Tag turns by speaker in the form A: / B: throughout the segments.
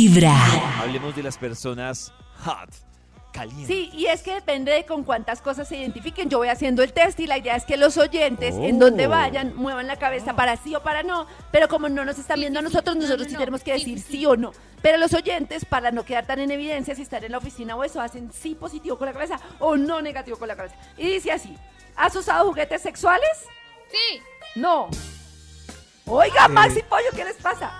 A: Vibra.
B: Hablemos de las personas hot, calientes.
C: Sí, y es que depende de con cuántas cosas se identifiquen. Yo voy haciendo el test y la idea es que los oyentes, en donde
B: Oh.
C: vayan, muevan la cabeza para sí o para no. Pero como no nos están
D: Sí,
C: viendo a
D: sí, sí.
C: nosotros,
D: No,
C: nosotros
D: no,
C: sí
D: no.
C: tenemos que
D: Sí,
C: decir
D: sí, sí.
C: sí o no. Pero los oyentes, para no quedar tan en evidencia si están en la oficina o eso, hacen sí positivo con la cabeza o no negativo con la cabeza. Y dice así, ¿has usado juguetes sexuales?
D: Sí.
C: No. Oiga, Maxi Pollo, ¿qué les pasa?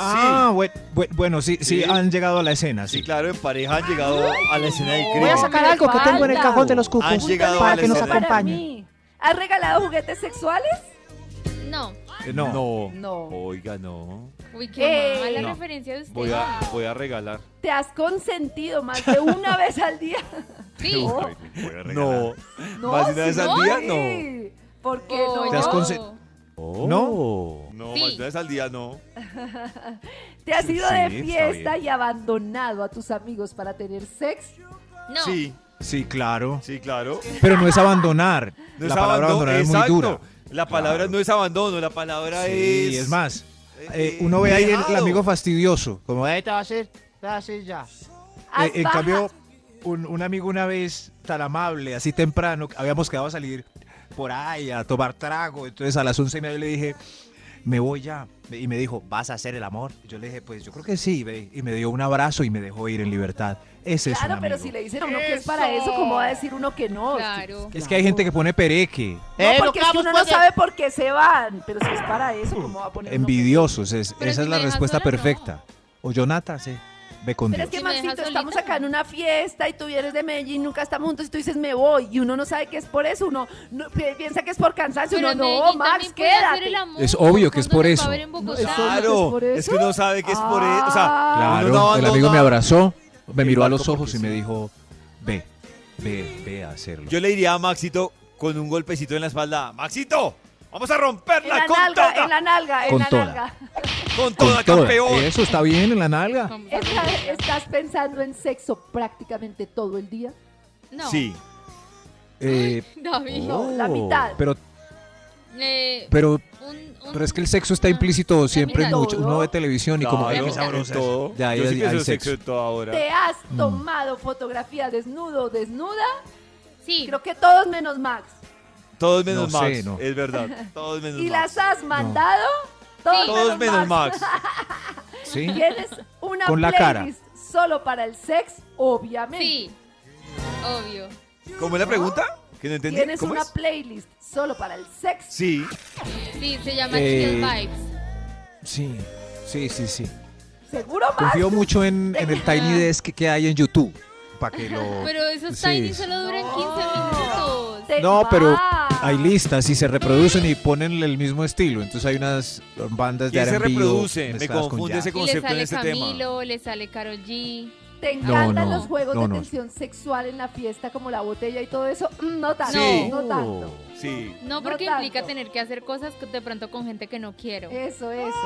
E: Ah, bue- bue- bueno, sí, sí,
B: Sí.
E: han llegado a la escena, sí.
B: Sí, claro, en pareja han llegado a la escena del crimen.
F: Voy a sacar
C: Me
F: algo que tengo en el
C: falta.
F: cajón de los
B: Han
F: cucos
B: llegado
F: para
B: a la
F: que nos
B: escena.
F: acompañe.
C: mí. ¿Has regalado juguetes sexuales?
D: No.
E: Eh,
B: No.
E: No.
B: no.
C: No.
B: Oiga, no.
D: Uy,
C: Eh,
D: qué mala
B: No.
D: referencia de usted.
B: Voy a, voy a regalar.
C: ¿Te has consentido más de una vez al día?
D: Sí.
B: No.
C: No,
B: ¿Más de una vez
C: sí,
B: al día? No.
C: sí. ¿Por qué
D: Oh,
C: no?
E: ¿Te
D: no.
E: has conce-
B: Oh. No,
D: Sí.
B: más de una vez al día no.
C: ¿Te has ido de
B: Sí, está
C: fiesta
B: bien.
C: y abandonado a tus amigos para tener
D: Eh,
C: sexo?
D: No.
B: Sí,
E: Sí, claro.
B: sí, claro.
E: Pero no es abandonar. la
B: No es
E: palabra
B: abandono,
E: abandonar es muy
B: exacto.
E: dura.
B: La palabra
E: Claro.
B: no es abandono, la palabra es.
E: Sí, es más. eh,
B: eh,
E: uno ve ahí el, el
B: dejado.
E: amigo fastidioso. Como, eh,
F: Esta va a ser, va a ser ya.
C: ¿Has
E: Eh, en
C: baja-
E: cambio, un, un amigo una vez tan amable, así temprano, habíamos quedado a salir por ahí a tomar trago. Entonces a las once y media yo le dije, me voy ya. Y me dijo, ¿vas a hacer el amor? Yo le dije, pues yo creo que sí. ve". Y me dio un abrazo y me dejó ir en libertad. Ese es un
C: Claro, pero
E: amigo.
C: si le dicen a uno que es para eso, ¿cómo va a decir uno que no?
D: Claro.
E: Es que hay gente que pone pereque.
C: No, porque es que uno no sabe por qué se van. Pero si es para eso, ¿cómo va a poner uno que no?
E: Envidiosos. es-
D: Pero
E: esa
D: si
E: es la
D: me dejas
E: respuesta
D: sola, no.
E: perfecta. O Jonata, sí. Ve con
C: Pero
E: Dios.
C: es que,
D: Si me dejas
C: Maxito, estamos
D: solita,
C: acá en
D: no.
C: una fiesta y tú vienes de Medellín, nunca estamos juntos y tú dices, me voy, y uno no sabe que es por eso, uno no- pi- piensa que es por cansancio, uno
D: Pero en
C: no,
D: Medellín
C: Max,
D: también puede hacer
C: quédate.
D: el amor.
E: Es obvio que es
D: ¿Cuándo
E: por
D: nos va
E: eso.
D: a ver en Bogotá?
C: No, eso-
B: Claro,
C: ¿Es por
B: es, que
C: eso?
B: uno sabe que es por eso. O sea,
E: Claro,
B: Uno no
E: el
B: abandona.
E: amigo me abrazó, me
B: El
E: miró a
B: barco
E: los ojos
B: porque
E: y me
B: sí.
E: dijo, ve, ve, ve a hacerlo.
B: yo le diría a Maxito con un golpecito en la espalda: ¡Maxito! ¡Vamos a
C: En la
B: romperla con
C: nalga,
B: toda!
C: en la nalga, en
E: Con
C: la
E: toda.
C: nalga.
B: ¡Con
E: Con
B: toda,
E: toda.
B: campeón!
E: Eso está bien en la nalga.
D: Vamos a
C: Estás,
D: romperla.
C: estás pensando en sexo prácticamente todo el día?
D: No.
B: Sí.
E: Eh, oh,
D: David.
C: No, la mitad.
E: pero,
D: Eh,
E: pero,
D: un- un- Ah,
E: pero es que el sexo está implícito siempre en
D: Todo.
E: mucho. Uno ve televisión y como
D: Claro.
E: "Ay, qué
B: en
E: sabroso es".
B: todo.
E: Ya,
B: Yo
E: ya,
B: sí
E: ya
B: pienso
E: hay
B: en sexo en
E: sexo.
B: toda hora.
C: ¿Te has
E: Mm.
C: tomado fotografía desnudo, desnuda?
D: Sí.
C: Creo que todos menos Max.
B: Todos menos
E: No
B: Max.
E: sé, no.
B: Es verdad. Todos menos
C: ¿Y
B: Max.
C: las has mandado? Todos,
B: Todos menos Max.
E: Sí.
C: ¿Tienes una
E: Con la cara.
C: playlist solo para el sex? Obviamente.
D: Sí. Obvio.
B: ¿Cómo es la pregunta? Que no entendí.
C: ¿Tienes
B: ¿Cómo
C: una
B: es?
C: playlist solo para el sex?
B: Sí.
D: Sí, se llama
E: Eh,
D: Chill Vibes.
E: Sí, sí, sí, sí. Pues
C: ¿Seguro, Max?
E: Confío mucho en, en el Tiny Desk que- que hay en YouTube. Para que lo...
D: Pero esos
E: sí.
D: tiny solo duran 15 minutos.
C: Te-
E: No, pero
C: Max.
E: hay listas y se reproducen y ponen el mismo estilo. Entonces hay unas bandas de R&B.
B: ¿Quién se reproduce? Me
E: mezcladas con
B: confunde
E: jazz.
B: ese
D: Y le
B: concepto en
D: sale
B: este tema.
D: Camilo, le sale Karol G.
C: ¿Te
E: No,
C: encantan
E: no,
C: los juegos
E: no,
C: de
E: no.
C: tensión sexual en la fiesta, como la botella y todo eso? Mm, No tanto,
B: Sí.
C: no tanto.
B: Sí.
C: No
D: No, porque
C: tanto.
D: implica tener que hacer cosas que- de pronto con gente que no quiero.
C: Eso, eso.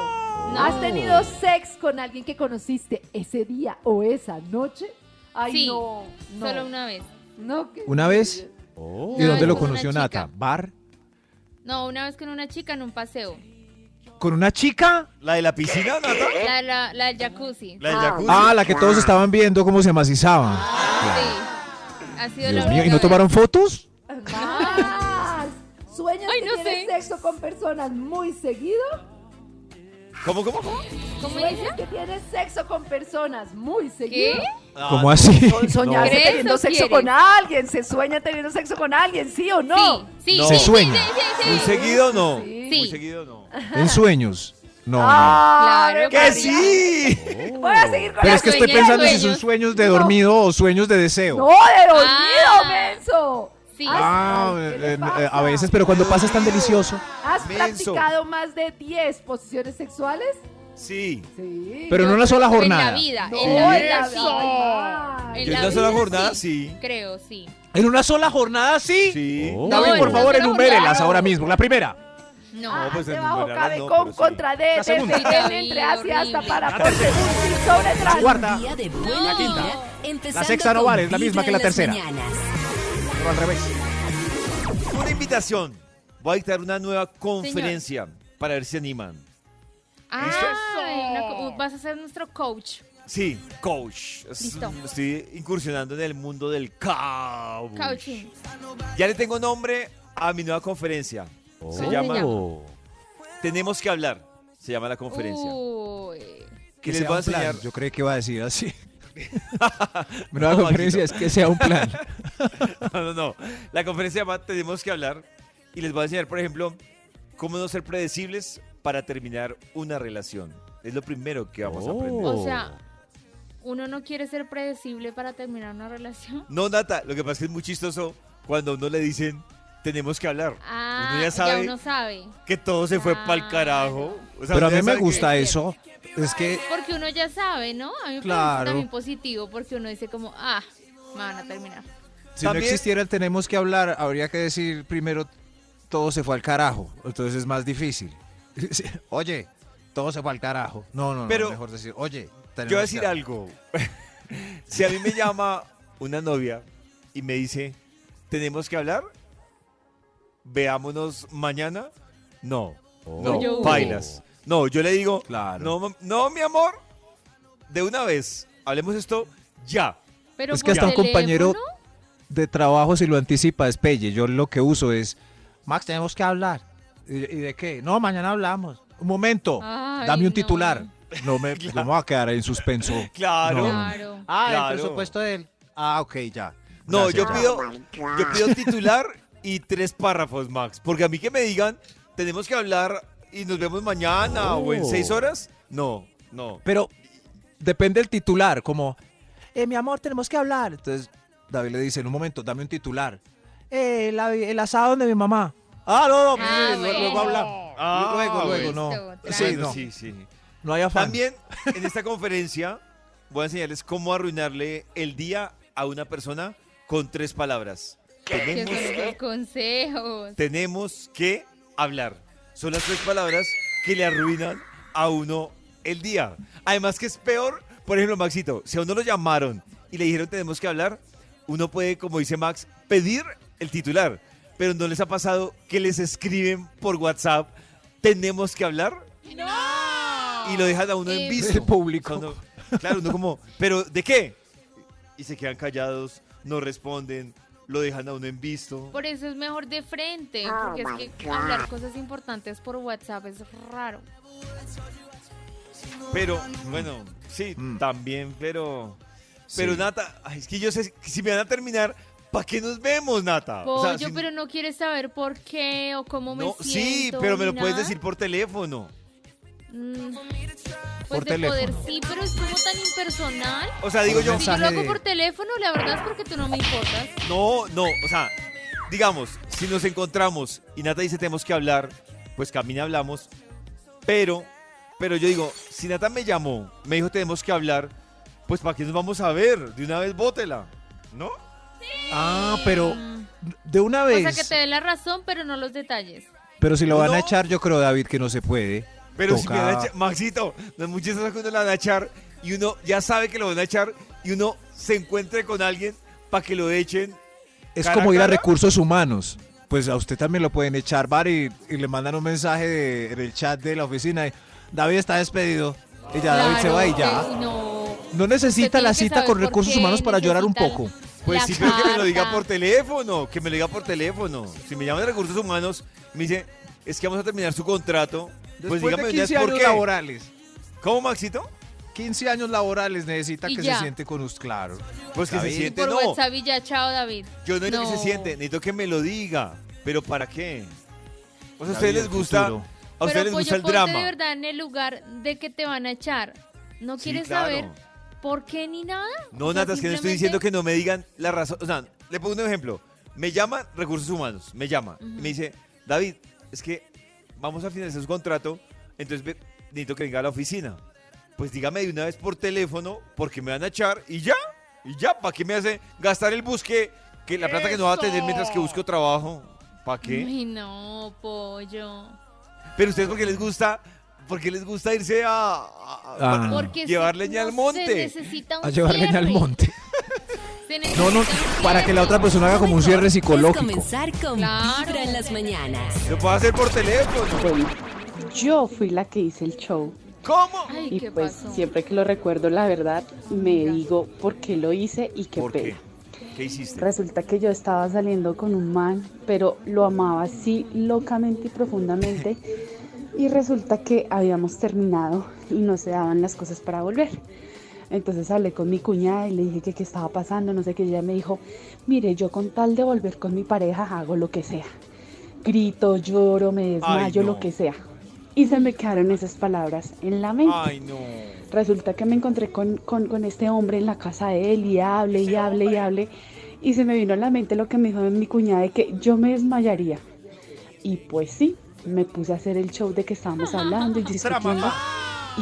D: No.
C: ¿Has tenido sex con alguien que conociste ese día o esa noche? Ay,
D: Sí,
C: no, no.
D: Solo una vez.
C: no, que-
E: ¿Una vez? ¿Y
B: Oh.
D: Una
E: dónde
D: vez
E: lo
D: con una
E: conoció
D: chica.
E: Nata? ¿Bar?
D: No, una vez con una chica en un paseo.
E: ¿Con una chica?
B: ¿La de la piscina, Nata?
D: La, la, la del jacuzzi.
B: Eh. ¿La del jacuzzi?
E: Ah, la que todos estaban viendo cómo se macizaban.
D: Sí. Ha sido la
E: Dios mío, ¿y
D: única
E: no
D: vez.
E: tomaron fotos?
C: Más. ¿Sueñas
D: Ay,
C: que
D: no
C: tienes
D: sé.
C: sexo con personas muy seguido?
B: ¿Cómo, cómo,
E: Ah,
B: cómo?
D: ¿Cómo dice?
C: ¿Sueñas que tienes sexo con personas muy seguido?
D: ¿Qué?
B: Ah,
E: ¿Cómo así?
C: Son soñarse
D: ¿Crees
C: teniendo
D: o
C: sexo
D: quieres?
C: con alguien, se sueña teniendo sexo con alguien, ¿sí o no?
D: Sí, sí,
B: No.
D: sí,
B: Se
D: sí,
E: sueña.
D: sí, sí, sí.
B: ¿Muy seguido no?
C: Sí.
B: ¿Muy
D: Sí.
B: seguido no?
E: ¿En sueños? No, no.
C: Ah,
D: Claro
C: María.
B: ¡Que sí!
C: Voy a seguir con
E: Pero
C: la
E: es que este estoy
D: sueños,
E: pensando si
D: sueños.
E: son sueños de
C: No.
E: dormido o sueños de
C: No,
E: deseo.
C: de dormido,
D: Ah.
C: menso.
D: Sí.
C: Has-
E: Ah,
C: ay, ¿qué le
E: eh, eh,
C: pasa?
E: a veces, pero cuando pasa es tan delicioso.
C: ¿Has
B: Menso.
C: practicado más de 10 posiciones sexuales?
B: Sí.
C: Sí.
E: Pero no una sola
D: En la
E: jornada.
D: vida,
C: No,
D: en la vida
C: era-
D: sí.
C: Ay,
D: En
B: ¿Yo
D: la
B: en una sola
D: vida,
B: jornada?
D: sí.
B: Sí.
D: Creo, sí.
E: ¿En una sola jornada sí?
B: Sí.
D: No,
E: David,
D: en
E: por
D: una
E: favor,
D: sola
E: enumérelas
D: jornada.
E: ahora mismo. La primera.
D: No.
C: Ah,
B: No, pues,
C: de
B: en
C: bajo
B: numeral
C: cabe
B: no,
C: con
B: pero sí.
C: contra D,
E: La segunda.
C: desde
D: Ay,
C: entre hacia
D: horrible.
C: hasta para
E: La
C: por
E: tercera.
C: seguir sobre
E: La
C: tras.
E: cuarta.
A: Día de buena
D: No.
G: ¿eh?
A: vibra,
E: La
A: empezando
E: sexta no
A: con
E: vale, es la
A: Vibra
E: misma que
A: en
E: la
A: las
E: tercera.
A: mañanas.
E: Pero al revés.
B: Una invitación. Voy a dictar una nueva conferencia para ver si animan.
D: uh, Ah, una co- vas a ser nuestro coach.
B: Sí, coach. Es-
D: Listo.
B: Estoy incursionando en el mundo del coach.
D: Couching.
B: Ya le tengo nombre a mi nueva conferencia. Se
D: ¿Cómo
B: llama
D: se
B: Tenemos que hablar. Se llama la conferencia.
D: Uh. Uy.
B: Y les voy a enseñar.
E: Yo creo que va a decir así. Me la
B: No, Maxito.
E: conferencia es que sea un plan.
B: No, no, no. La conferencia se llama Tenemos que hablar. Y les voy a enseñar, por ejemplo, cómo no ser predecibles para terminar una relación. Es lo primero que vamos a aprender.
E: Oh.
D: O sea, uno no quiere ser predecible para terminar una relación.
B: No, Nata, lo que pasa es que es muy chistoso cuando a uno le dicen Tenemos que hablar.
D: Ah,
B: uno ya sabe
D: uno sabe.
B: que todo se fue para el carajo. O sea,
E: Pero a
B: uno ya
E: mí me
B: sabe que-
E: gusta eso. Es que
D: Porque uno ya sabe, ¿no? A mí me
E: Claro.
D: parece también positivo porque uno dice como, ah, me van a terminar.
E: si no
B: También-
E: existiera el tenemos que hablar, habría que decir primero todo se fue al carajo. Entonces es más difícil. Sí, Oye, todo se fue al carajo. No, no, no.
B: Pero-
E: mejor decir, oye, tenemos
B: Yo voy a
E: que
B: decir
E: hablar.
B: algo. si a mí me llama una novia y me dice, tenemos que hablar, veámonos mañana. No, no,
D: Oye, Hugo.
B: bailas. No, yo le digo,
E: Oh. Claro.
B: no, mam- no, mi amor, de una vez, hablemos esto ya.
D: Pero
E: Es que
D: por
E: hasta un compañero-
D: teléfono,
E: de trabajo si lo anticipa es Pelle. Yo lo que uso es, Max, tenemos que hablar. ¿Y, y de qué? No, mañana hablamos. Un momento,
D: Ay,
E: dame un
D: no.
E: titular. No me, no me voy a quedar en suspenso.
B: Claro.
E: No.
D: Claro.
F: Ah,
B: Claro.
F: el presupuesto del.
E: Ah, ok, ya.
B: No,
E: Gracias,
B: yo
E: ya.
B: pido, yo pido titular y tres párrafos, Max. Porque a mí que me digan, tenemos que hablar y nos vemos mañana o en
E: Oh.
B: seis horas. No, no.
E: Pero depende del titular, como, eh, mi amor, tenemos que hablar. Entonces, David le dice, en un momento, dame un titular. Eh, la- el asado de mi mamá. Ah, no, no,
D: Ah,
E: eh, luego, luego
D: bueno.
E: hablamos.
B: Ah,
E: luego, luego,
B: bueno.
E: no.
D: Listo,
E: Sí,
B: Bueno,
E: no,
B: sí, sí.
E: no hay afán.
B: También en esta conferencia voy a enseñarles cómo arruinarle el día a una persona con tres palabras.
D: Que
B: Tenemos,
D: son los consejos.
B: tenemos que hablar. Son las tres palabras que le arruinan a uno el día. Además que es peor, por ejemplo, Maxito, si a uno lo llamaron y le dijeron tenemos que hablar, uno puede, como dice Max, pedir el titular. Pero ¿no les ha pasado que les escriben por WhatsApp tenemos que hablar? Y lo dejan a uno en
D: Eh,
B: visto.
E: El público.
B: Cuando- claro, uno como, ¿pero de qué? Y se quedan callados, no responden, lo dejan a uno en visto.
D: Por eso es mejor de frente, porque es que hablar cosas importantes por WhatsApp es raro.
B: Pero, bueno, sí,
E: Mm.
B: también, pero.
E: Sí.
B: Pero, Nata, ay, es que yo sé que si me van a terminar, ¿para qué nos vemos, Nata?
D: Pollo,
B: Ah, O sea, si-
D: pero no quieres saber por qué o cómo
B: no,
D: me
B: sí,
D: siento.
B: pero me lo
D: ni
B: puedes
D: nada.
B: decir por teléfono.
D: Mm, pues
E: Por
D: de poder
E: teléfono.
D: sí, pero es como tan impersonal.
B: O sea, digo
E: un
B: yo,
D: Si yo lo
E: mensaje
D: hago
E: de-
D: por teléfono, la verdad es porque tú no me importas.
B: no, no, o sea, digamos, si nos encontramos y Nata dice tenemos que hablar, pues camina, hablamos. Pero, pero yo digo, si Nata me llamó, me dijo tenemos que hablar, pues ¿para qué nos vamos a ver? De una vez bótela, ¿no?
E: Ah, pero
D: Mm,
E: de una
D: O
E: vez.
D: sea, que te dé la razón, pero no los detalles.
E: Pero si lo van
B: No.
E: a echar, yo creo, David, que no se puede.
B: Pero si me
E: Toca-
B: van a echar, Maxito, no es muchas veces que uno la van a echar y uno ya sabe que lo van a echar y uno se encuentre con alguien para que lo echen.
E: Es
B: cara a
E: como ir a
B: cara.
E: recursos humanos. Pues a usted también lo pueden echar, Bar, y, y le mandan un mensaje de- en el chat de la oficina. y, David está despedido. Y ya David se
D: Claro,
E: va y
D: que-
E: ya.
D: No.
E: No necesita
D: Usted
E: la
D: tiene que
E: cita
D: saber
E: con
D: por
E: recursos
D: qué,
E: humanos para llorar un
D: necesita
E: poco.
B: Pues
D: la
B: sí, pero que me lo diga
D: carta.
B: por teléfono, que me lo diga por teléfono. Si me llaman de recursos humanos, me dice, es que vamos a terminar su contrato. Pues dígame una vez por qué.
E: laborales.
B: ¿Cómo, Maxito?
E: 15 años laborales necesita
D: Y
E: que
D: ya.
E: se siente con usted, claro.
B: Pues que
E: David.
B: se
E: Y
B: siente,
D: Por
B: no.
D: WhatsApp y ya, chao, David.
B: Yo no necesito que se
D: No.
B: siente, necesito que me lo diga. ¿Pero para qué? O sea, a
E: David,
B: ustedes les
E: el
B: gusta,
E: futuro.
B: a ustedes les
D: pero Pollo,
B: gusta el
D: ponte
B: drama.
D: de verdad en el lugar de que te van a echar. No
B: Sí,
D: quieres
B: claro.
D: saber por qué ni nada.
B: No,
D: O sea,
B: Nata, es que no estoy
D: simplemente-
B: diciendo que no me digan la razón. O sea, le pongo un ejemplo. Me llama Recursos Humanos, me llama. Y
D: Ujú.
B: me dice, David, es que vamos a finalizar su contrato, entonces ve- necesito que venga a la oficina. Pues dígame de una vez por teléfono, porque me van a echar y ya, y ya, ¿para qué me hace gastar el busque, que la plata que no va a tener mientras que busco trabajo? ¿Para qué?
D: Ay, no, pollo.
B: Pero ustedes, ¿por qué les gusta? ¿Por qué les gusta irse a, a- a-
E: Ah.
B: para
D: Porque
B: llevar
D: se-
B: leña
D: no
B: Mm. al monte?
D: Se necesita un
E: A llevarle
D: cierre.
E: al monte.
D: Se
E: No, no,
D: necesita un
E: para que la otra
D: cierre.
E: persona haga como un cierre
A: Es
E: psicológico.
A: comenzar con
D: Claro.
A: Vibra en las mañanas.
B: Lo puedo hacer por teléfono.
G: Yo fui la que hice el show.
B: ¿Cómo?
D: Ay,
A: Y
D: ¿qué
A: pues
D: pasó?
A: siempre que lo recuerdo, la verdad, me digo por qué lo hice y qué
B: ¿Por qué?
A: pena.
B: ¿Qué hiciste?
A: Resulta que yo estaba saliendo con un man, pero lo amaba así locamente y profundamente. Y resulta que habíamos terminado y no se daban las cosas para volver. Entonces hablé con mi cuñada y le dije que qué estaba pasando, no sé qué. y Ella me dijo, mire, yo con tal de volver con mi pareja hago lo que sea. Grito, lloro, me desmayo,
B: no.
A: lo que sea. Y se me quedaron esas palabras en la mente.
B: Ay, no.
A: Resulta que me encontré con, con- con este hombre en la casa de él y hable y hable y hable. Y se me vino a la mente lo que me dijo mi cuñada de que yo me desmayaría. Y pues sí, me puse a hacer el show de que estábamos hablando y discutiendo.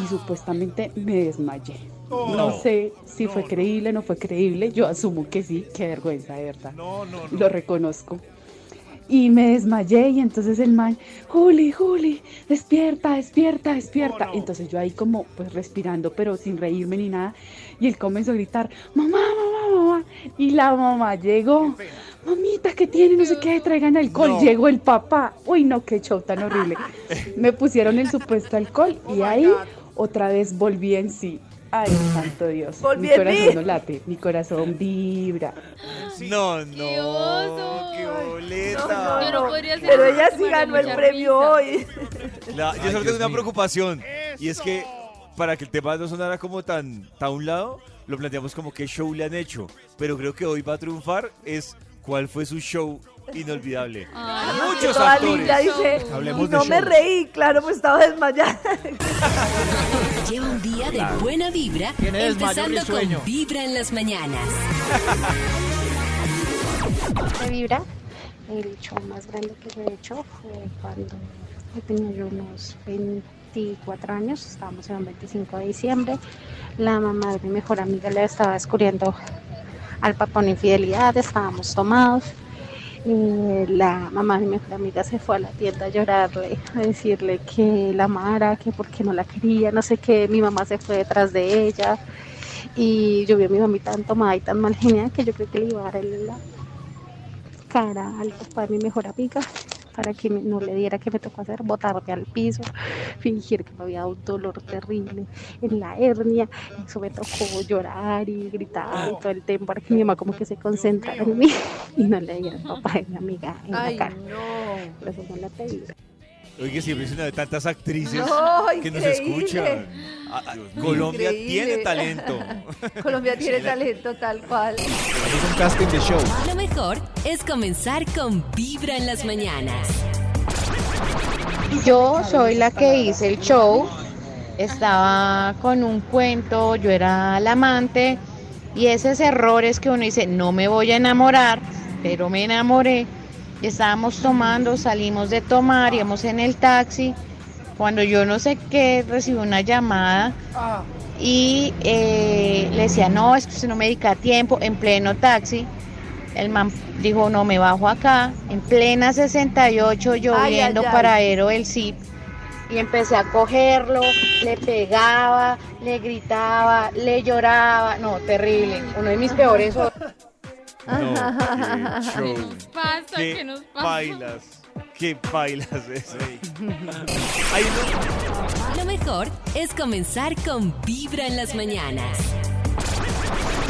A: Y supuestamente me desmayé. No, sé si fue creíble o no fue creíble. Yo asumo que sí. Qué vergüenza, de verdad
E: No, no,
A: lo reconozco. Y me desmayé y entonces el man, Juli, Juli, despierta, despierta, despierta. Entonces yo ahí como pues respirando, pero sin reírme ni nada. Y él comenzó a gritar, mamá, mamá, mamá. Y la mamá llegó, mamita, ¿qué tiene? No sé qué, traigan alcohol.
B: No.
A: Llegó el papá. Uy, no, qué show tan horrible. me pusieron el supuesto alcohol y ahí otra vez volví en sí. Ay, santo Dios.
C: Volví
A: mi
C: en mí.
A: corazón no late, mi corazón vibra.
B: No, no.
D: ¡Qué oso!
B: ¡Qué
D: Ay,
B: boleta!
D: Yo no podría hacer
C: Pero
D: eso,
C: ella sí
D: me daría
C: ganó el
D: mucha
C: premio
D: risa.
C: hoy.
B: La- yo
E: Ay,
B: solo
E: Dios
B: tengo una
E: mío.
B: preocupación. Y es que para que el tema no sonara como tan, tan a un lado, lo planteamos como qué show le han hecho. Pero creo que hoy va a triunfar es cuál fue su show inolvidable.
D: Ay,
B: Muchos
C: Toda
B: actores.
C: linda dice,
D: Show.
E: Hablemos
C: y no
E: de
C: me
E: show.
C: reí, claro, pues estaba desmayada.
G: Lleva un día de buena vibra,
F: Tiene desmayo
G: empezando
F: risueño.
G: con Vibra en las mañanas.
H: de vibra. El show más grande que yo he hecho fue cuando yo tenía yo unos 24 años, estábamos en un 25 de diciembre. La mamá de mi mejor amiga le estaba descubriendo al papá una infidelidad, estábamos tomados. Y la mamá de mi mejor amiga se fue a la tienda a llorarle, a decirle que la amara, que porque no la quería, no sé qué. Mi mamá se fue detrás de ella. Y yo vi a mi mami tan tomada y tan mal genial que yo creo que le iba a dar el- la cara al papá de mi mejor amiga para que me- no le diera que me tocó hacer, botarme al piso, fingir que me había dado un dolor terrible en la hernia. Eso me tocó llorar y gritar y todo el tiempo para que mi mamá como que se concentrara en mí y no le diera al papá de mi amiga en la cara.
C: no.
H: Pero eso no la pedí.
B: Oye, siempre es una de tantas actrices
C: No,
B: que nos
C: increíble.
B: escuchan. Ah, ah, Colombia
C: Increíble.
B: tiene talento.
C: Colombia tiene talento tal cual.
E: Es un casting de show.
G: Lo mejor es comenzar con Vibra en las mañanas.
I: Yo soy la que hice el show. Estaba con un cuento, yo era la amante y esos errores que uno dice, no me voy a enamorar, pero me enamoré. Y estábamos tomando, salimos de tomar, íbamos en el taxi. Cuando yo no sé qué, recibí una llamada y eh, le decía, no, es que usted no me dedica a tiempo, en pleno taxi. El man dijo, no, me bajo acá, en plena 68, lloviendo
C: ay, ay.
I: para Aero el zip. Y empecé a cogerlo, le pegaba, le gritaba, le lloraba. No, terrible. Uno de mis peores
B: No, qué
D: ¿Qué
B: show.
D: nos pasa? ¿Qué,
B: Qué
D: nos pasa?
B: bailas. Qué bailas eso. Ay, no.
G: Lo mejor es comenzar con Vibra en las mañanas.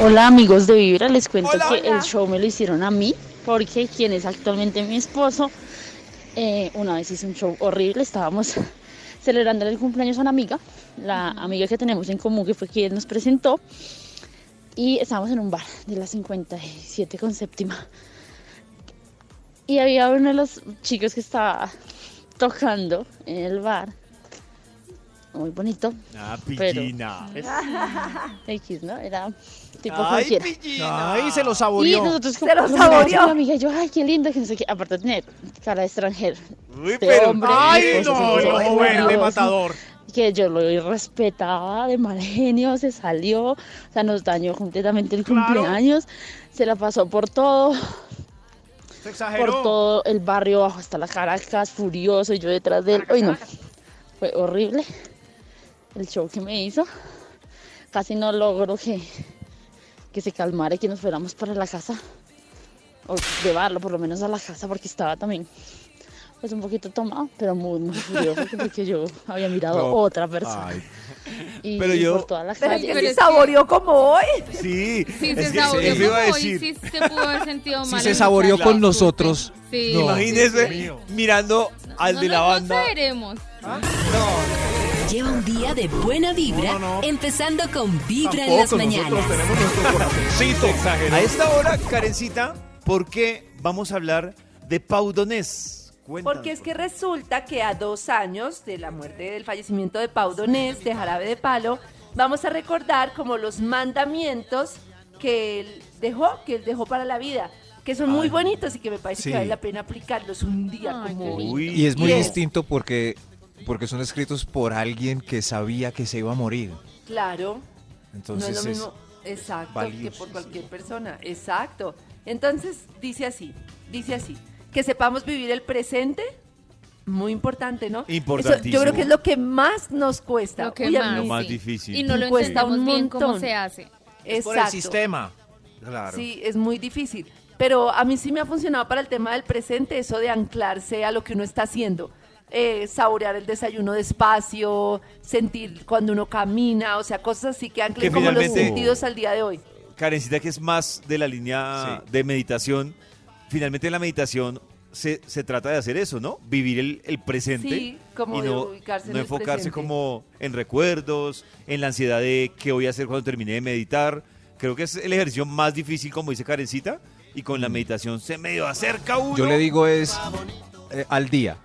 J: Hola amigos de Vibra, les cuento
B: Hola,
J: que
B: hola.
J: el show me lo hicieron a mí porque quien es actualmente mi esposo, eh, una vez hizo un show horrible, estábamos celebrando el cumpleaños a una amiga, la amiga que tenemos en común que fue quien nos presentó y estábamos en un bar de la 57 con séptima y había uno de los chicos que estaba tocando en el bar, muy bonito,
B: Ah, pillina.
J: pues, X, ¿no? Era tipo
B: Ay,
J: cualquiera.
B: pillina.
E: Ay, se lo
J: Y
E: saboreó.
J: nosotros como
C: Se lo
J: como la
C: saboreó.
J: chica, mi amiga, yo, ay, qué lindo, que no sé qué. Aparte de tener cara de extranjero.
B: Uy,
J: de
B: pero.
J: hombre,
E: Ay,
J: pues,
E: no, el
J: eso,
E: ojo
J: bueno,
E: verde
J: eso.
E: matador.
J: Que yo lo irrespetaba de mal genio, se salió, o sea, nos dañó completamente el
E: Claro.
J: cumpleaños, se la pasó por todo,
E: Se
J: por
E: exageró.
J: todo el barrio bajo hasta la Caracas, furioso, y yo detrás de él. Uy, no, fue horrible el show que me hizo. Casi no logro que, que se calmara y que nos fuéramos para la casa, o llevarlo por lo menos a la casa, porque estaba también pues un poquito tomado, pero muy, muy furioso porque yo había mirado
B: No.
J: otra persona.
B: Ay.
J: Y,
B: Pero
J: y
B: yo-
J: por toda la
C: Pero es
J: calle.
C: que se saboreó como hoy.
B: Sí,
D: Si
B: es
D: se
B: que
D: saboreó
B: eso iba a
D: como hoy,
B: decir.
D: sí se pudo haber sentido
E: Si
D: mal.
E: se
D: el
E: saboreó
D: muchacho.
E: con nosotros.
D: Sí.
E: No.
B: Imagínese mirando al
D: No
B: de la
D: nos
B: banda.
D: consagraremos.
G: Lleva un día de buena vibra, empezando con Vibra en las
E: Tampoco,
G: mañanas.
B: A esta hora, Karencita, ¿por qué vamos a hablar de Pau Donés? Cuéntanos.
C: Porque es que resulta que a dos años de la muerte del fallecimiento de Pau Donés de Jarabe de Palo, vamos a recordar como los mandamientos que él dejó, que él dejó para la vida, que son muy bonitos y que me parece
E: sí.
C: que vale la pena aplicarlos un día
D: Ay,
C: como hoy.
D: qué lindo.
B: Uy,
E: Y es muy
C: Yes.
E: distinto porque, porque son escritos por alguien que sabía que se iba a morir.
C: Claro,
E: Entonces
C: no es lo
E: es-
C: mismo, exacto, que por
E: valioso,
C: cualquier persona, exacto. Entonces, dice así, dice así, que sepamos vivir el presente, muy importante, ¿no? Eso yo creo
B: Importantísimo.
C: que es lo que más nos cuesta.
D: Lo que
C: Uy, a
D: más,
C: mí-
B: Lo más
D: sí.
B: difícil.
D: Y no lo
C: Cuesta
D: entendemos
C: un
D: bien cómo
C: montón.
D: se hace.
E: Es por el
C: Exacto.
E: sistema. Claro.
C: Sí, es muy difícil. Pero a mí sí me ha funcionado para el tema del presente eso de anclarse a lo que uno está haciendo. Eh, saborear el desayuno despacio, sentir cuando uno camina, o sea, cosas así que anclen
B: Que
C: como los
B: finalmente-
C: sentidos al día de hoy.
B: Karencita, que es más de la línea de meditación. Finalmente, la meditación se, se trata de hacer eso, ¿no? Vivir el, el presente.
C: Sí, como
B: y
C: de
B: no,
C: ubicarse en
B: no
C: el
B: enfocarse
C: presente.
B: como en recuerdos, en la ansiedad de qué voy a hacer cuando termine de meditar. Creo que es el ejercicio más difícil, como dice Karencita. Y con la meditación se medio acerca uno.
E: Mm. Yo le digo es eh, al día.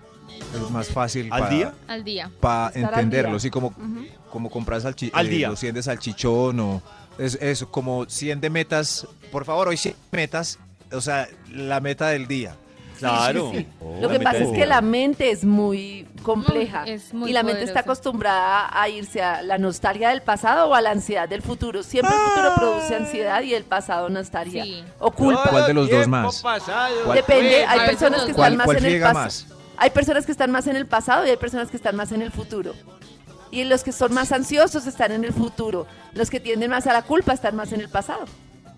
E: Es más fácil.
B: ¿Al
E: pa-
B: día?
D: Al día.
E: para
C: Estar al
E: entenderlo,
C: día.
E: sí, como, como comprar salchi
B: Al
E: eh,
B: día.
E: los 100 de salchichón o es- eso, como 100 de metas, por favor, hoy 100 metas, o sea, la meta del día.
B: Claro.
C: Sí, sí, sí.
B: Oh,
C: Lo que
B: la
C: pasa es
B: meditación.
C: que la mente es muy compleja
D: Muy- es muy
C: y la mente está
D: poderosa.
C: acostumbrada a irse a la nostalgia del pasado o a la ansiedad del futuro. Siempre el futuro produce ansiedad y el pasado nostalgia
D: Sí.
C: o culpa.
E: ¿Cuál de los dos más? ¿Cuál-
C: Depende, hay
D: ¿Cuál-
C: personas que
E: ¿Cuál,
C: están más
E: cuál
C: en el
E: friega
C: pasado.
E: más?
C: Hay personas que están más en el pasado y hay personas que están más en el futuro. Y los que son más ansiosos están en el futuro. Los que tienden más a la culpa están más en el pasado.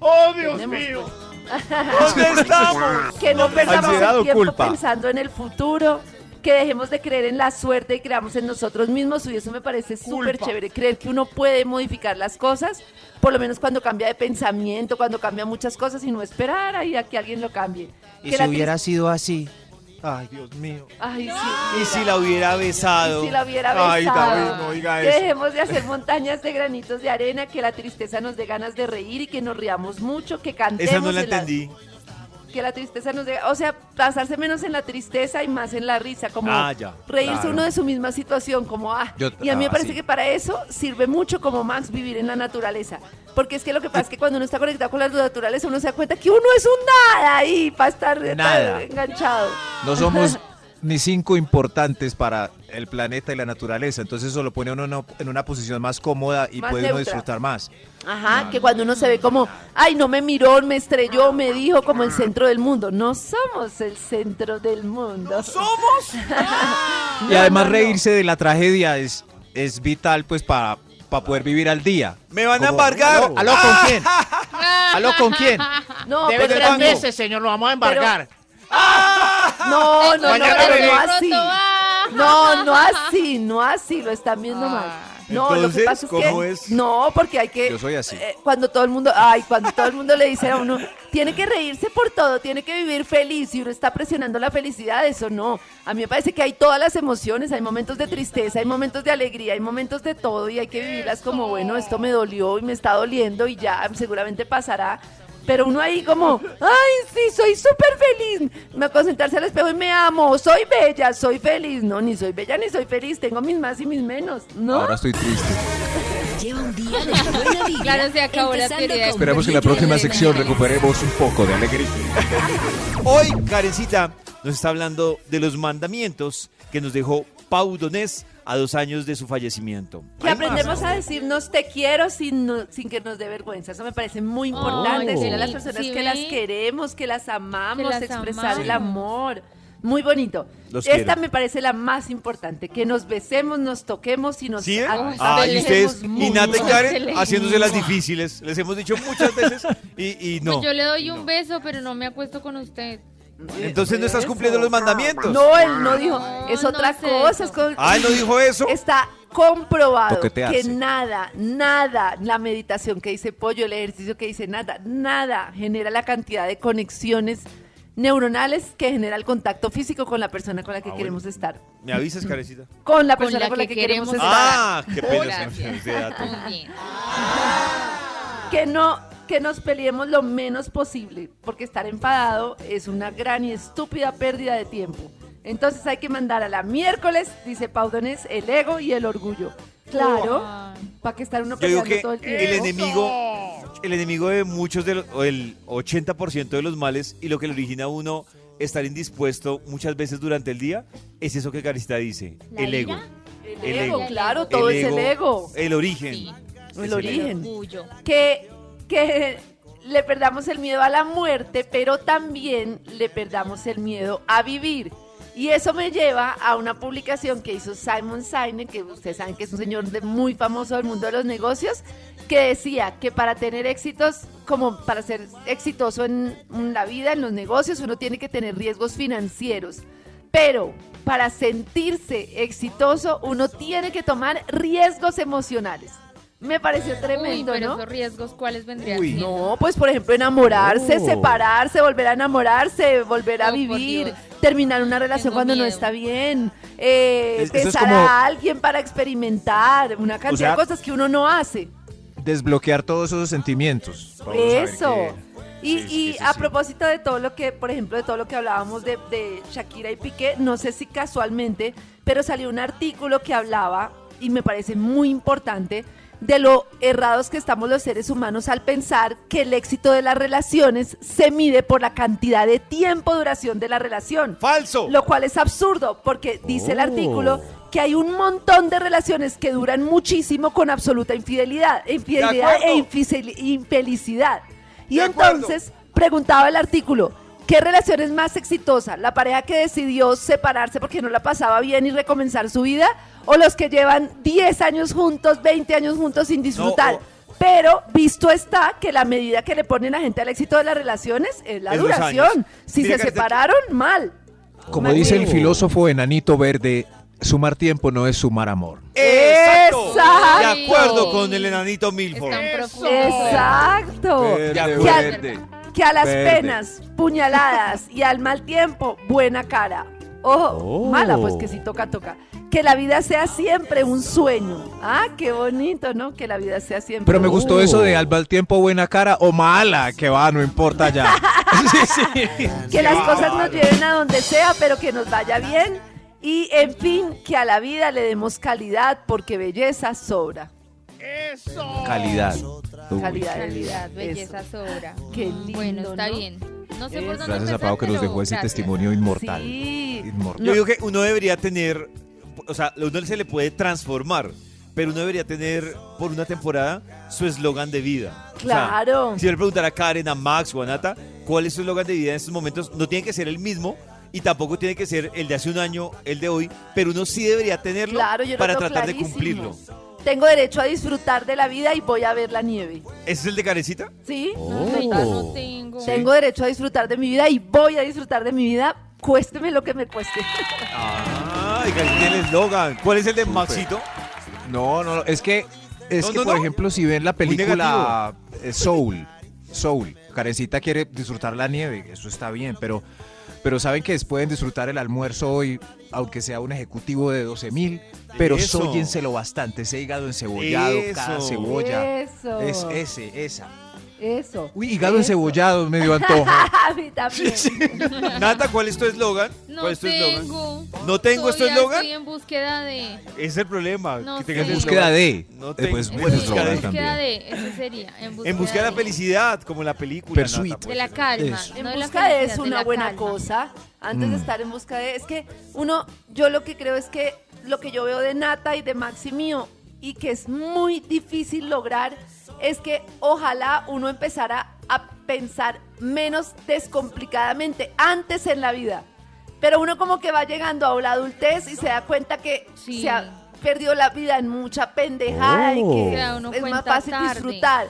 C: ¡Oh, Dios mío!
B: ¿Dónde estamos?
C: Que no perdamos
E: Ansiedad o
C: el tiempo
E: culpa.
C: pensando en el futuro, que dejemos de creer en la suerte y creamos en nosotros mismos. Y eso me parece súper chévere, creer que uno puede modificar las cosas, por lo menos cuando cambia de pensamiento, cuando cambia muchas cosas y no esperar ahí a que alguien lo cambie.
E: Y
C: Que
E: si
C: la
E: hubiera sido así. Ay, Dios mío.
C: tristeza- Ay, sí.
B: Y si la hubiera besado.
C: Si la hubiera besado.
E: Ay, David, no diga
C: que
E: eso.
C: dejemos de hacer montañas de granitos de arena, que la tristeza nos dé ganas de reír y que nos riamos mucho, que cantemos.
B: Esa no la
C: en
B: entendí.
C: que la tristeza nos dé, o sea, pasarse menos en la tristeza y más en la risa, como
B: Ah, ya,
C: reírse
E: claro.
C: uno de su misma situación, como ah.
E: Yo-
C: y a mí me
E: ah,
C: parece
E: sí.
C: que para eso sirve mucho como Max vivir en la naturaleza, porque es que lo que pasa es que cuando uno está conectado con la naturaleza uno se da cuenta que uno es un nada ahí para estar tan
E: Nada.
C: enganchado.
E: No somos ni cinco importantes para el planeta y la naturaleza, entonces eso lo pone uno en una, en una posición más cómoda y
C: Más
E: puede uno
C: neutra.
E: disfrutar más.
C: Ajá, que cuando uno se ve como, ay, no me miró, me estrelló, me dijo como el centro del mundo. No somos el centro del mundo.
E: Y además
C: no, no.
E: reírse de la tragedia es, es vital pues para, para poder vivir al día.
B: Me van a
E: Como,
B: embargar.
E: ¿Aló, aló, con quién? ¿Aló con quién?
C: No,
F: Debe
C: pero
F: tres
C: también-
F: veces, señor, lo vamos a embargar.
C: No, no, no,
F: Mañana
C: pero
F: venimos.
C: no así. No, no así, no así, lo están viendo mal. No, lo que
B: Entonces,
C: pasa es que
B: ¿cómo es?
C: no, porque hay que
E: Yo soy así.
C: eh, cuando todo el mundo, ay, cuando todo el mundo le dice a uno, tiene que reírse por todo, tiene que vivir feliz y uno está presionando la felicidad, eso no. A mí me parece que hay todas las emociones, hay momentos de tristeza, hay momentos de alegría, hay momentos de todo y hay que vivirlas como, bueno, esto me dolió y me está doliendo y ya seguramente pasará. Pero uno ahí como, ay, sí, soy súper feliz. Me acuerdo sentarse al espejo y me amo, soy bella, soy feliz. No, ni soy bella ni soy feliz, tengo mis más y mis menos. No,
E: Ahora estoy triste.
G: Lleva un día de buena vibra.
D: Claro, se acabó la
G: empezando
D: teoría.
G: con
E: Esperamos que en la
G: Vibra
E: próxima
G: las
E: sección
G: mañanas.
E: recuperemos un poco de alegría.
B: Hoy, Karencita nos está hablando de los mandamientos que nos dejó Pau Donés a dos años de su fallecimiento.
C: Que aprendemos a decirnos te quiero sin, no- sin que nos dé vergüenza. Eso me parece muy importante.
D: Ay,
C: decirle a las
D: sí.
C: personas
D: Sí,
C: que
D: ve.
C: las queremos, que las amamos,
D: Que las
C: expresar el
D: amamos.
C: amor. Muy bonito.
B: Los
C: Esta
B: quiero.
C: me parece la más importante. Que nos besemos, nos toquemos y nos
B: ¿Sí? eh?
C: abrazemos
B: Ah, y ustedes, y
C: mucho.
B: Nata y Karen,
D: Excelente.
B: haciéndose las difíciles. Les hemos dicho muchas veces y, y no.
D: Pues yo le doy un beso, pero no me acuesto con usted.
B: Entonces no estás cumpliendo los mandamientos.
C: No, él no dijo. Es otra cosa. es con-
B: Ah, ¿él no dijo eso?
C: Está comprobado
B: Toquetearse.
C: que nada, nada, la meditación que dice Pollo, el ejercicio que dice nada, nada genera la cantidad de conexiones neuronales que genera el contacto físico con la persona con la
B: Ah,
C: que queremos estar.
B: ¿Me avisas, carecita?
C: Con la persona con la que, queremos estar.
B: Ah, qué pena.
C: Hola.
B: se me olvidó ese dato.
C: Ah.
B: Ah.
C: que no que nos peleemos lo menos posible, porque estar enfadado es una gran y estúpida pérdida de tiempo. Entonces hay que mandar a la miércoles, dice Paudones, el ego y el orgullo. Claro, para que estar uno
B: Yo digo
C: peleando
B: que
C: todo el tiempo.
B: el enemigo, el enemigo de muchos de los, o el 80% de los males y lo que le origina a uno estar indispuesto muchas veces durante el día es eso que Carista dice,
C: ¿La
B: el
C: ira?
B: ego.
C: El ego, claro, todo es el ego.
B: El origen.
C: El
B: Es
C: origen. que, que le perdamos el miedo a la muerte, pero también le perdamos el miedo a vivir. Y eso me lleva a una publicación que hizo Simon Sinek, que ustedes saben que es un señor de muy famoso del mundo de los negocios, que decía que para tener éxitos, como para ser exitoso en en la vida, en los negocios, uno tiene que tener riesgos financieros. Pero para sentirse exitoso, uno tiene que tomar riesgos emocionales. Me pareció tremendo,
D: pero
C: ¿no?
D: esos riesgos, ¿cuáles vendrían
C: Uy,
D: siendo?
C: no, pues por ejemplo enamorarse,
D: Oh.
C: separarse, volver a enamorarse, volver a
D: Oh, por
C: vivir,
D: Dios.
C: terminar una relación cuando no está bien, eh,
E: Es- eso es
C: besar
E: como-
C: a alguien para experimentar, una
E: sea-
C: cantidad de cosas que uno no hace.
E: Desbloquear todos esos sentimientos. Vamos a ver
C: Eso.
E: qué-
C: Y,
E: Sí,
C: y
E: sí, sí,
C: a
E: sí.
C: propósito de todo lo que, por ejemplo, de todo lo que hablábamos de, de Shakira y Piqué, no sé si casualmente, pero salió un artículo que hablaba, y me parece muy importante, de lo errados que estamos los seres humanos al pensar que el éxito de las relaciones se mide por la cantidad de tiempo duración de la relación.
B: ¡Falso!
C: Lo cual es absurdo, porque dice el
K: Oh.
C: artículo que hay un montón de relaciones que duran muchísimo con absoluta infidelidad. infidelidad infidelidad
K: De
C: e
K: acuerdo.
C: infisel- infelicidad. Y entonces preguntaba el artículo, ¿qué relación es más exitosa? ¿La pareja que decidió separarse porque no la pasaba bien y recomenzar su vida? ¿O los que llevan 10 años juntos, 20 años juntos sin disfrutar? Pero visto está que la medida que le ponen la gente al éxito de las relaciones es la
E: Es los
C: duración.
E: años.
C: Si
E: Mira,
C: se
E: Karen, te-
C: separaron, mal.
E: Como dice el filósofo enanito verde, sumar tiempo no es sumar amor.
B: ¡Exacto!
C: Exacto.
B: De acuerdo con el enanito Milford.
C: Exacto.
B: De
C: Que al-
B: acuerdo.
C: Que a las
B: Verde.
C: penas, puñaladas y al mal tiempo, buena cara. Ojo,
K: Oh.
C: mala, pues que si toca, toca. Que la vida sea siempre un sueño. Ah, qué bonito, ¿no? Que la vida sea siempre
E: Pero me
C: un
E: gustó
C: sueño.
E: eso
B: Oh.
E: de al mal tiempo buena cara o mala, que va, no importa ya. Sí, sí.
C: Que las cosas nos lleven a donde sea, pero que nos vaya bien. Y, en fin, que a la vida le demos calidad, porque belleza sobra.
E: Calidad. Uy.
C: Calidad de vida.
D: Calidad, belleza sobra.
C: Qué lindo,
D: Bueno, está
C: ¿no?
D: bien. No sé por dónde
E: Gracias a
D: empezar,
E: Pau que nos
D: pero
E: dejó ese
D: gracias.
E: testimonio inmortal. Inmortal.
B: Yo digo que uno debería tener, o sea, uno se le puede transformar, pero uno debería tener por una temporada su eslogan de vida. O sea,
C: Claro.
B: si yo le preguntara a Karen, a Max o a Nata, ¿cuál es su eslogan de vida en estos momentos? No tiene que ser el mismo y tampoco tiene que ser el de hace un año, el de hoy, pero uno sí debería tenerlo
C: Claro, yo lo
B: para
C: tengo
B: tratar de
C: clarísimo.
B: cumplirlo.
C: Tengo derecho a disfrutar de la vida y voy a ver la nieve.
B: ¿Ese es el de Karencita?
C: ¿Sí?
B: Oh.
C: tengo. derecho a disfrutar de mi vida y voy a disfrutar de mi vida, cuésteme lo que me cueste.
B: Ay, Karencita tiene el eslogan. ¿Cuál es el de Maxito?
E: No, no, no, es que, es
B: No,
E: que
B: no,
E: por
B: no.
E: ejemplo, si ven la
B: Muy
E: película eh, Soul, Soul, Karencita quiere disfrutar la nieve, eso está bien, pero, pero saben que pueden disfrutar el almuerzo hoy, aunque sea un ejecutivo de 12 mil, pero
B: Eso.
E: sóyenselo bastante, ese hígado encebollado, cada
B: Eso.
E: cebolla.
C: Eso.
E: Es ese, esa.
C: Eso.
E: Uy, hígado encebollado, medio antojo.
C: A mí también.
B: Nata, ¿cuál es tu eslogan?
D: No
B: ¿Cuál es tu eslogan?
D: tengo.
B: ¿No tengo este
D: Todavía
B: eslogan?
D: Estoy en búseda de.
B: Ese Es el problema.
D: No
B: que
D: sé.
B: tengas este
D: En
E: búsqueda de.
B: No
E: Eh,
B: tengo-
E: pues,
B: en
E: buen
D: En
E: eslogan
B: búsqueda de-
D: búsqueda de. Ese sería. En búsqueda,
B: En busca de la felicidad, como en la película.
E: Pursuit.
B: Nata, por
D: De la calma.
B: Eso.
D: no
C: En
D: de la
C: busca de
D: felicidad,
C: es
D: de
C: una
D: la
C: buena
D: calma.
C: cosa. Antes de
E: Mm.
C: estar en busca de. Es que uno, yo lo que creo es que lo que yo veo de Nata y de Maxi mío, y que es muy difícil lograr, es que ojalá uno empezara a pensar menos descomplicadamente antes en la vida. Pero uno como que va llegando a la adultez y se da cuenta que se ha perdido la vida en mucha pendejada y
K: Oh.
C: que
K: Se da uno
C: es más
D: cuenta
C: fácil
D: tarde.
C: disfrutar.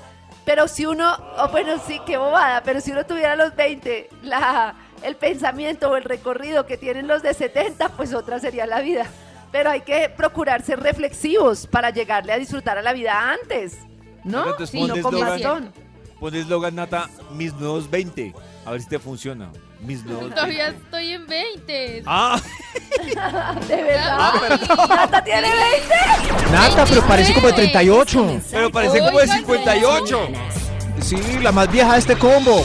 C: Pero si uno, oh, bueno, sí, qué bobada, pero si uno tuviera a los 20 la, el pensamiento o el recorrido que tienen los de 70, pues otra sería la vida. Pero hay que procurar ser reflexivos para llegarle a disfrutar a la vida antes, ¿no?
B: Entonces,
C: Sí, no
B: pon
C: con
B: eslogan-
C: bastón.
B: Pon eslogan, Pues, Nata, mis nuevos 20. A ver si te funciona. Mis nuevos 20.
D: Todavía estoy en 20.
B: Ah,
C: De verdad.
D: Ah,
C: Nata tiene 20.
E: Nata, pero parece como de 38.
B: pero parece como de 58.
E: Sí, la más vieja de este combo.